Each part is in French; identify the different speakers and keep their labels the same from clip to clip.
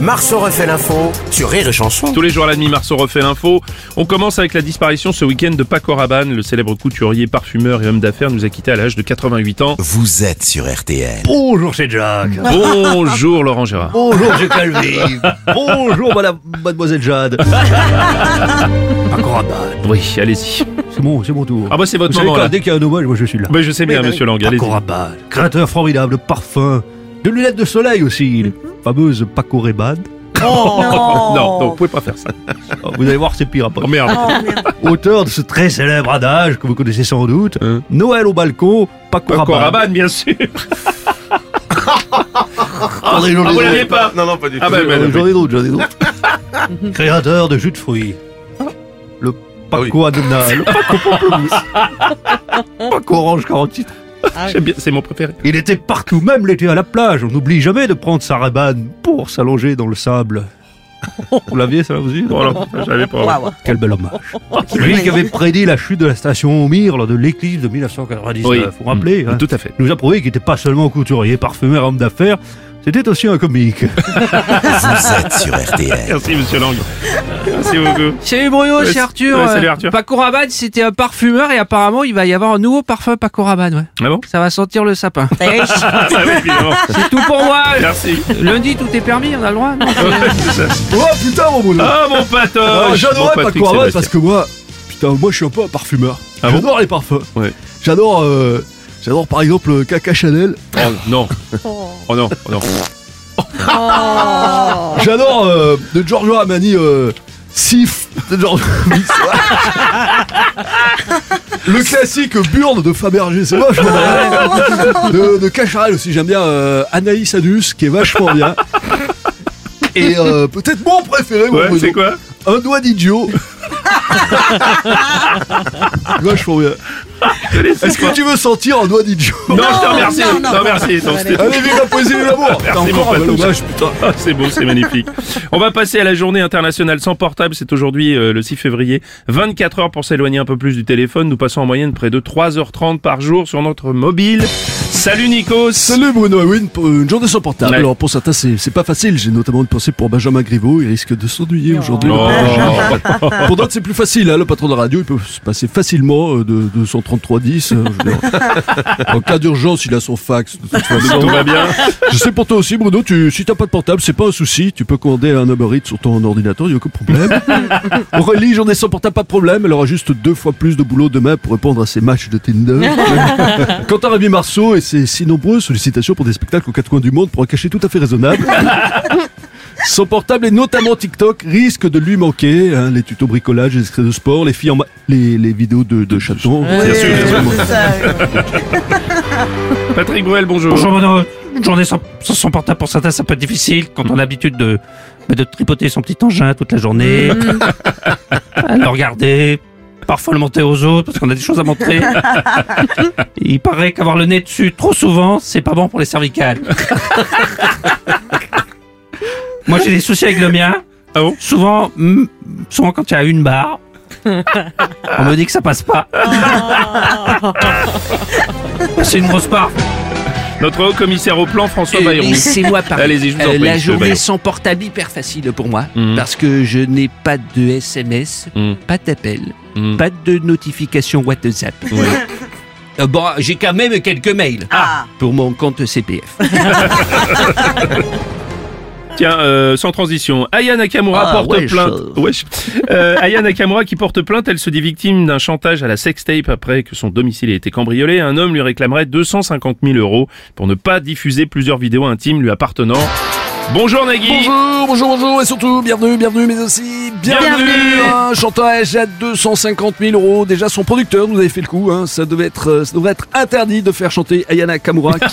Speaker 1: Marceau refait l'info sur Rire et Chanson.
Speaker 2: Tous les jours à la demi, Marceau refait l'info. On commence avec la disparition ce week-end de Paco Rabanne, le célèbre couturier, parfumeur et homme d'affaires, nous a quitté à l'âge de 88 ans.
Speaker 3: Vous êtes sur RTL.
Speaker 4: Bonjour, c'est Jacques.
Speaker 2: Bonjour Laurent Gérard.
Speaker 4: Bonjour, c'est Calvi. Bonjour, madame, mademoiselle Jade. Encore un bal.
Speaker 2: Oui, allez-y.
Speaker 4: C'est mon, c'est mon tour.
Speaker 2: Ah bah c'est votre
Speaker 4: Vous savez
Speaker 2: moment
Speaker 4: quoi,
Speaker 2: là.
Speaker 4: dès qu'il y a un hommage, moi je suis là.
Speaker 2: Bah, je sais bien, monsieur Lang, allez-y.
Speaker 4: Paco Rabanne, créateur formidable de parfums, de lunettes de soleil aussi, les
Speaker 2: Mm-hmm.
Speaker 4: fameuses Paco Rabanne.
Speaker 2: Non, non, vous pouvez pas faire ça. Ah.
Speaker 4: Oh, vous allez voir, c'est pire après.
Speaker 2: Oh merde.
Speaker 4: Auteur de ce très célèbre adage que vous connaissez sans doute,
Speaker 2: Hein.
Speaker 4: Noël au balcon, Paco,
Speaker 2: Paco
Speaker 4: Rabanne.
Speaker 2: Rabanne, bien sûr.
Speaker 4: Attendez,
Speaker 2: Ah, vous
Speaker 4: j'en ai d'autres.
Speaker 2: l'aviez pas Non, non, pas du tout. Ah bah, bah,
Speaker 4: Euh,
Speaker 2: bah,
Speaker 4: J'en ai d'autres, j'en ai d'autres. Créateur de jus de fruits. Ah Le Paco Adona, le Paco Pamplemousse. Paco Orange 46.
Speaker 2: j'aime bien, c'est mon préféré.
Speaker 4: Il était partout, même l'été à la plage. On n'oublie jamais de prendre sa rabane pour s'allonger dans le sable. Vous l'aviez, ça, vous aussi
Speaker 2: Bon, alors, Oh, j'avais pas.
Speaker 4: Quel bel hommage. Lui qui avait prédit la chute de la station Omir lors de l'éclipse de 1999.
Speaker 2: Oui.
Speaker 4: Vous vous rappelez hein
Speaker 2: Tout à fait.
Speaker 4: Il nous a prouvé qu'il n'était pas seulement couturier, parfumeur, homme d'affaires, c'était aussi un comique.
Speaker 3: Vous êtes sur RTL.
Speaker 2: Merci monsieur Lang. Merci beaucoup.
Speaker 5: Salut Bruno,
Speaker 2: Ouais,
Speaker 5: c'est Arthur.
Speaker 2: ouais, salut
Speaker 5: Euh,
Speaker 2: Arthur.
Speaker 5: Paco Rabanne, c'était un parfumeur et apparemment il va y avoir un nouveau parfum Paco Rabanne. Ouais.
Speaker 2: Ah bon
Speaker 5: Ça va sentir le sapin.
Speaker 2: Ah bah, oui, évidemment.
Speaker 5: c'est tout pour moi.
Speaker 2: Merci.
Speaker 5: Lundi, tout est permis, on a le droit. non
Speaker 4: oh putain, mon Bruno
Speaker 2: Ah mon patoche.
Speaker 4: Ah,
Speaker 2: Bon,
Speaker 4: J'adorais
Speaker 2: Patrick
Speaker 4: Paco Rabanne
Speaker 2: Sébastien.
Speaker 4: parce que moi, putain, moi je suis un peu un parfumeur.
Speaker 2: Ah bon
Speaker 4: J'adore les parfums.
Speaker 2: Ouais.
Speaker 4: J'adore, euh, j'adore par exemple euh, Caca Chanel.
Speaker 2: Oh non. Oh non, oh non.
Speaker 6: Oh.
Speaker 4: J'adore euh, de Giorgio Armani. euh, Sif de Giorgio Armani. Le classique Burne de Fabergé, c'est moche. mais- De, de Cacharel aussi, j'aime bien euh, Anaïs Adus qui est vachement bien. Et euh, peut-être mon préféré, mon
Speaker 2: Ouais,
Speaker 4: Bruno.
Speaker 2: c'est quoi
Speaker 4: Un doigt d'idiot. Vachement bien.
Speaker 2: Je les sais
Speaker 4: Est-ce
Speaker 2: pas.
Speaker 4: que tu veux sentir un doigt d'idiot
Speaker 2: Non, je te remercie. Non, merci. Non, c'était-
Speaker 4: Allez, vive la poésie de l'amour T'as
Speaker 2: mon
Speaker 4: encore un
Speaker 2: Patou.
Speaker 4: bel hommage, putain
Speaker 2: Ah, c'est beau, c'est magnifique. On va passer à la journée internationale sans portable. C'est aujourd'hui euh, le 6 février. 24 heures pour s'éloigner un peu plus du téléphone. Nous passons en moyenne près de 3h30 par jour sur notre mobile. Salut Nikos.
Speaker 4: Salut Bruno Hawin pour une journée sans portable.
Speaker 2: Ouais.
Speaker 4: Alors pour certains c'est c'est pas facile, j'ai notamment une pensée pour Benjamin Griveaux, il risque de s'ennuyer aujourd'hui.
Speaker 2: Oh.
Speaker 4: Pour d'autres c'est plus facile, hein. le patron de la radio il peut se passer facilement euh, de, de son 3310. euh, je veux dire. en cas d'urgence il a son fax de toute façon.
Speaker 2: Tout va bien.
Speaker 4: Je sais pour toi aussi, Bruno, tu, si t'as pas de portable, c'est pas un souci. Tu peux commander un Uber Eats sur ton ordinateur, y a aucun problème. Aurélie, j'en ai sans portable, pas de problème. Elle aura juste deux fois plus de boulot demain pour répondre à ses matchs de Tinder. Quentin Rabier Marceau et ses si nombreuses sollicitations pour des spectacles aux quatre coins du monde pour un cachet tout à fait raisonnable. Son portable et notamment TikTok risque de lui manquer. hein, les tutos bricolage, les extraits de sport, les filles en ma- les, les vidéos de, de chatons.
Speaker 2: Bien sûr, bien sûr. Patrick Bruel, bonjour.
Speaker 7: Bonjour Bruno. Une journée sans, sans son portable pour certains, ça peut être difficile quand on a l'habitude de, bah, de tripoter son petit engin toute la journée, à le regarder, parfois le montrer aux autres parce qu'on a des choses à montrer. Il paraît qu'avoir le nez dessus trop souvent, c'est pas bon pour les cervicales. Moi j'ai des soucis avec le mien.
Speaker 2: Ah bon
Speaker 7: souvent, mm, souvent quand il y a une barre, on me dit que ça passe pas. c'est une grosse part.
Speaker 2: Notre haut commissaire au plan, François
Speaker 8: Euh,
Speaker 2: Bayrou.
Speaker 8: Laissez-moi parler.
Speaker 2: Allez-y, je vous en
Speaker 8: Euh,
Speaker 2: prie,
Speaker 8: La
Speaker 2: monsieur
Speaker 8: journée
Speaker 2: Bayrou.
Speaker 8: sans portable hyper facile pour moi
Speaker 2: Mhm.
Speaker 8: parce que je n'ai pas de SMS,
Speaker 2: Mhm.
Speaker 8: pas d'appel,
Speaker 2: Mhm.
Speaker 8: pas de notification WhatsApp.
Speaker 2: Ouais.
Speaker 8: Euh, bon, j'ai quand même quelques mails pour mon compte CPF.
Speaker 2: Tiens, euh, sans transition, Aya Nakamura
Speaker 8: Ah,
Speaker 2: porte
Speaker 8: wesh.
Speaker 2: plainte. Wesh. Euh, Aya Nakamura qui porte plainte, elle se dit victime d'un chantage à la sextape après que son domicile ait été cambriolé. Un homme lui réclamerait 250 000 euros pour ne pas diffuser plusieurs vidéos intimes lui appartenant. Bonjour Nagui
Speaker 9: Bonjour, bonjour, bonjour, et surtout, bienvenue, bienvenue, mais aussi bienvenue. Un chantage à 250 000 euros. Déjà, son producteur nous avait fait le coup. Hein. Ça devait être, euh, ça devrait être interdit de faire chanter Ayana Kamura. Qui...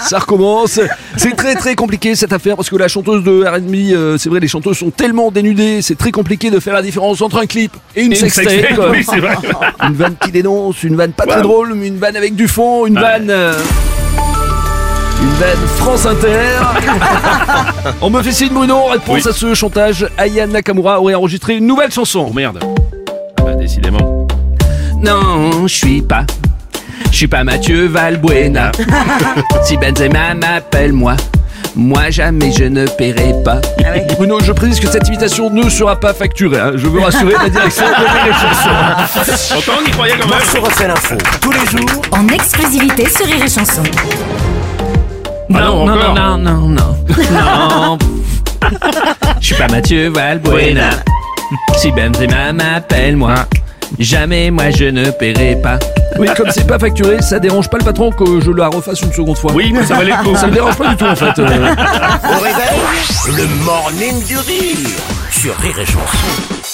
Speaker 9: ça recommence. C'est très, très compliqué cette affaire parce que la chanteuse de R&B, euh, c'est vrai, les chanteuses sont tellement dénudées. C'est très compliqué de faire la différence entre un clip et une,
Speaker 2: Une
Speaker 9: sextape.
Speaker 2: sextape, oui, c'est vrai. Oh,
Speaker 8: Ah.
Speaker 9: Une vanne qui dénonce, une vanne pas très
Speaker 2: Wow.
Speaker 9: drôle, mais une vanne avec du fond, une vanne. euh, Une vanne France Inter. On me fait signe, Bruno. Réponse
Speaker 2: Oui.
Speaker 9: à ce chantage. Aya Nakamura aurait enregistré une nouvelle chanson.
Speaker 2: Oh merde. Ah bah, décidément.
Speaker 8: Non, je suis pas. Je suis pas Mathieu Valbuena. si Benzema m'appelle moi, moi jamais je ne paierai pas.
Speaker 9: Bruno, je précise que cette imitation ne sera pas facturée. hein. Je veux rassurer la direction de mes chansons.
Speaker 2: Autant on y croyait quand même.
Speaker 1: Marceau refait l'info. Tous les jours,
Speaker 6: En exclusivité sur Rire et Chanson.
Speaker 2: Ah non, encore.
Speaker 8: non, non, Oh non, non. Je suis pas Mathieu Valbuena. Si Benzema m'appelle moi, jamais moi je ne paierai pas.
Speaker 9: Oui, comme c'est pas facturé, ça dérange pas le patron que je la refasse une seconde fois.
Speaker 2: Oui, mais ça valait le coup.
Speaker 9: Ça me dérange pas du tout en fait. euh.
Speaker 1: au réveil, le morning du rire sur Rire et Chanson.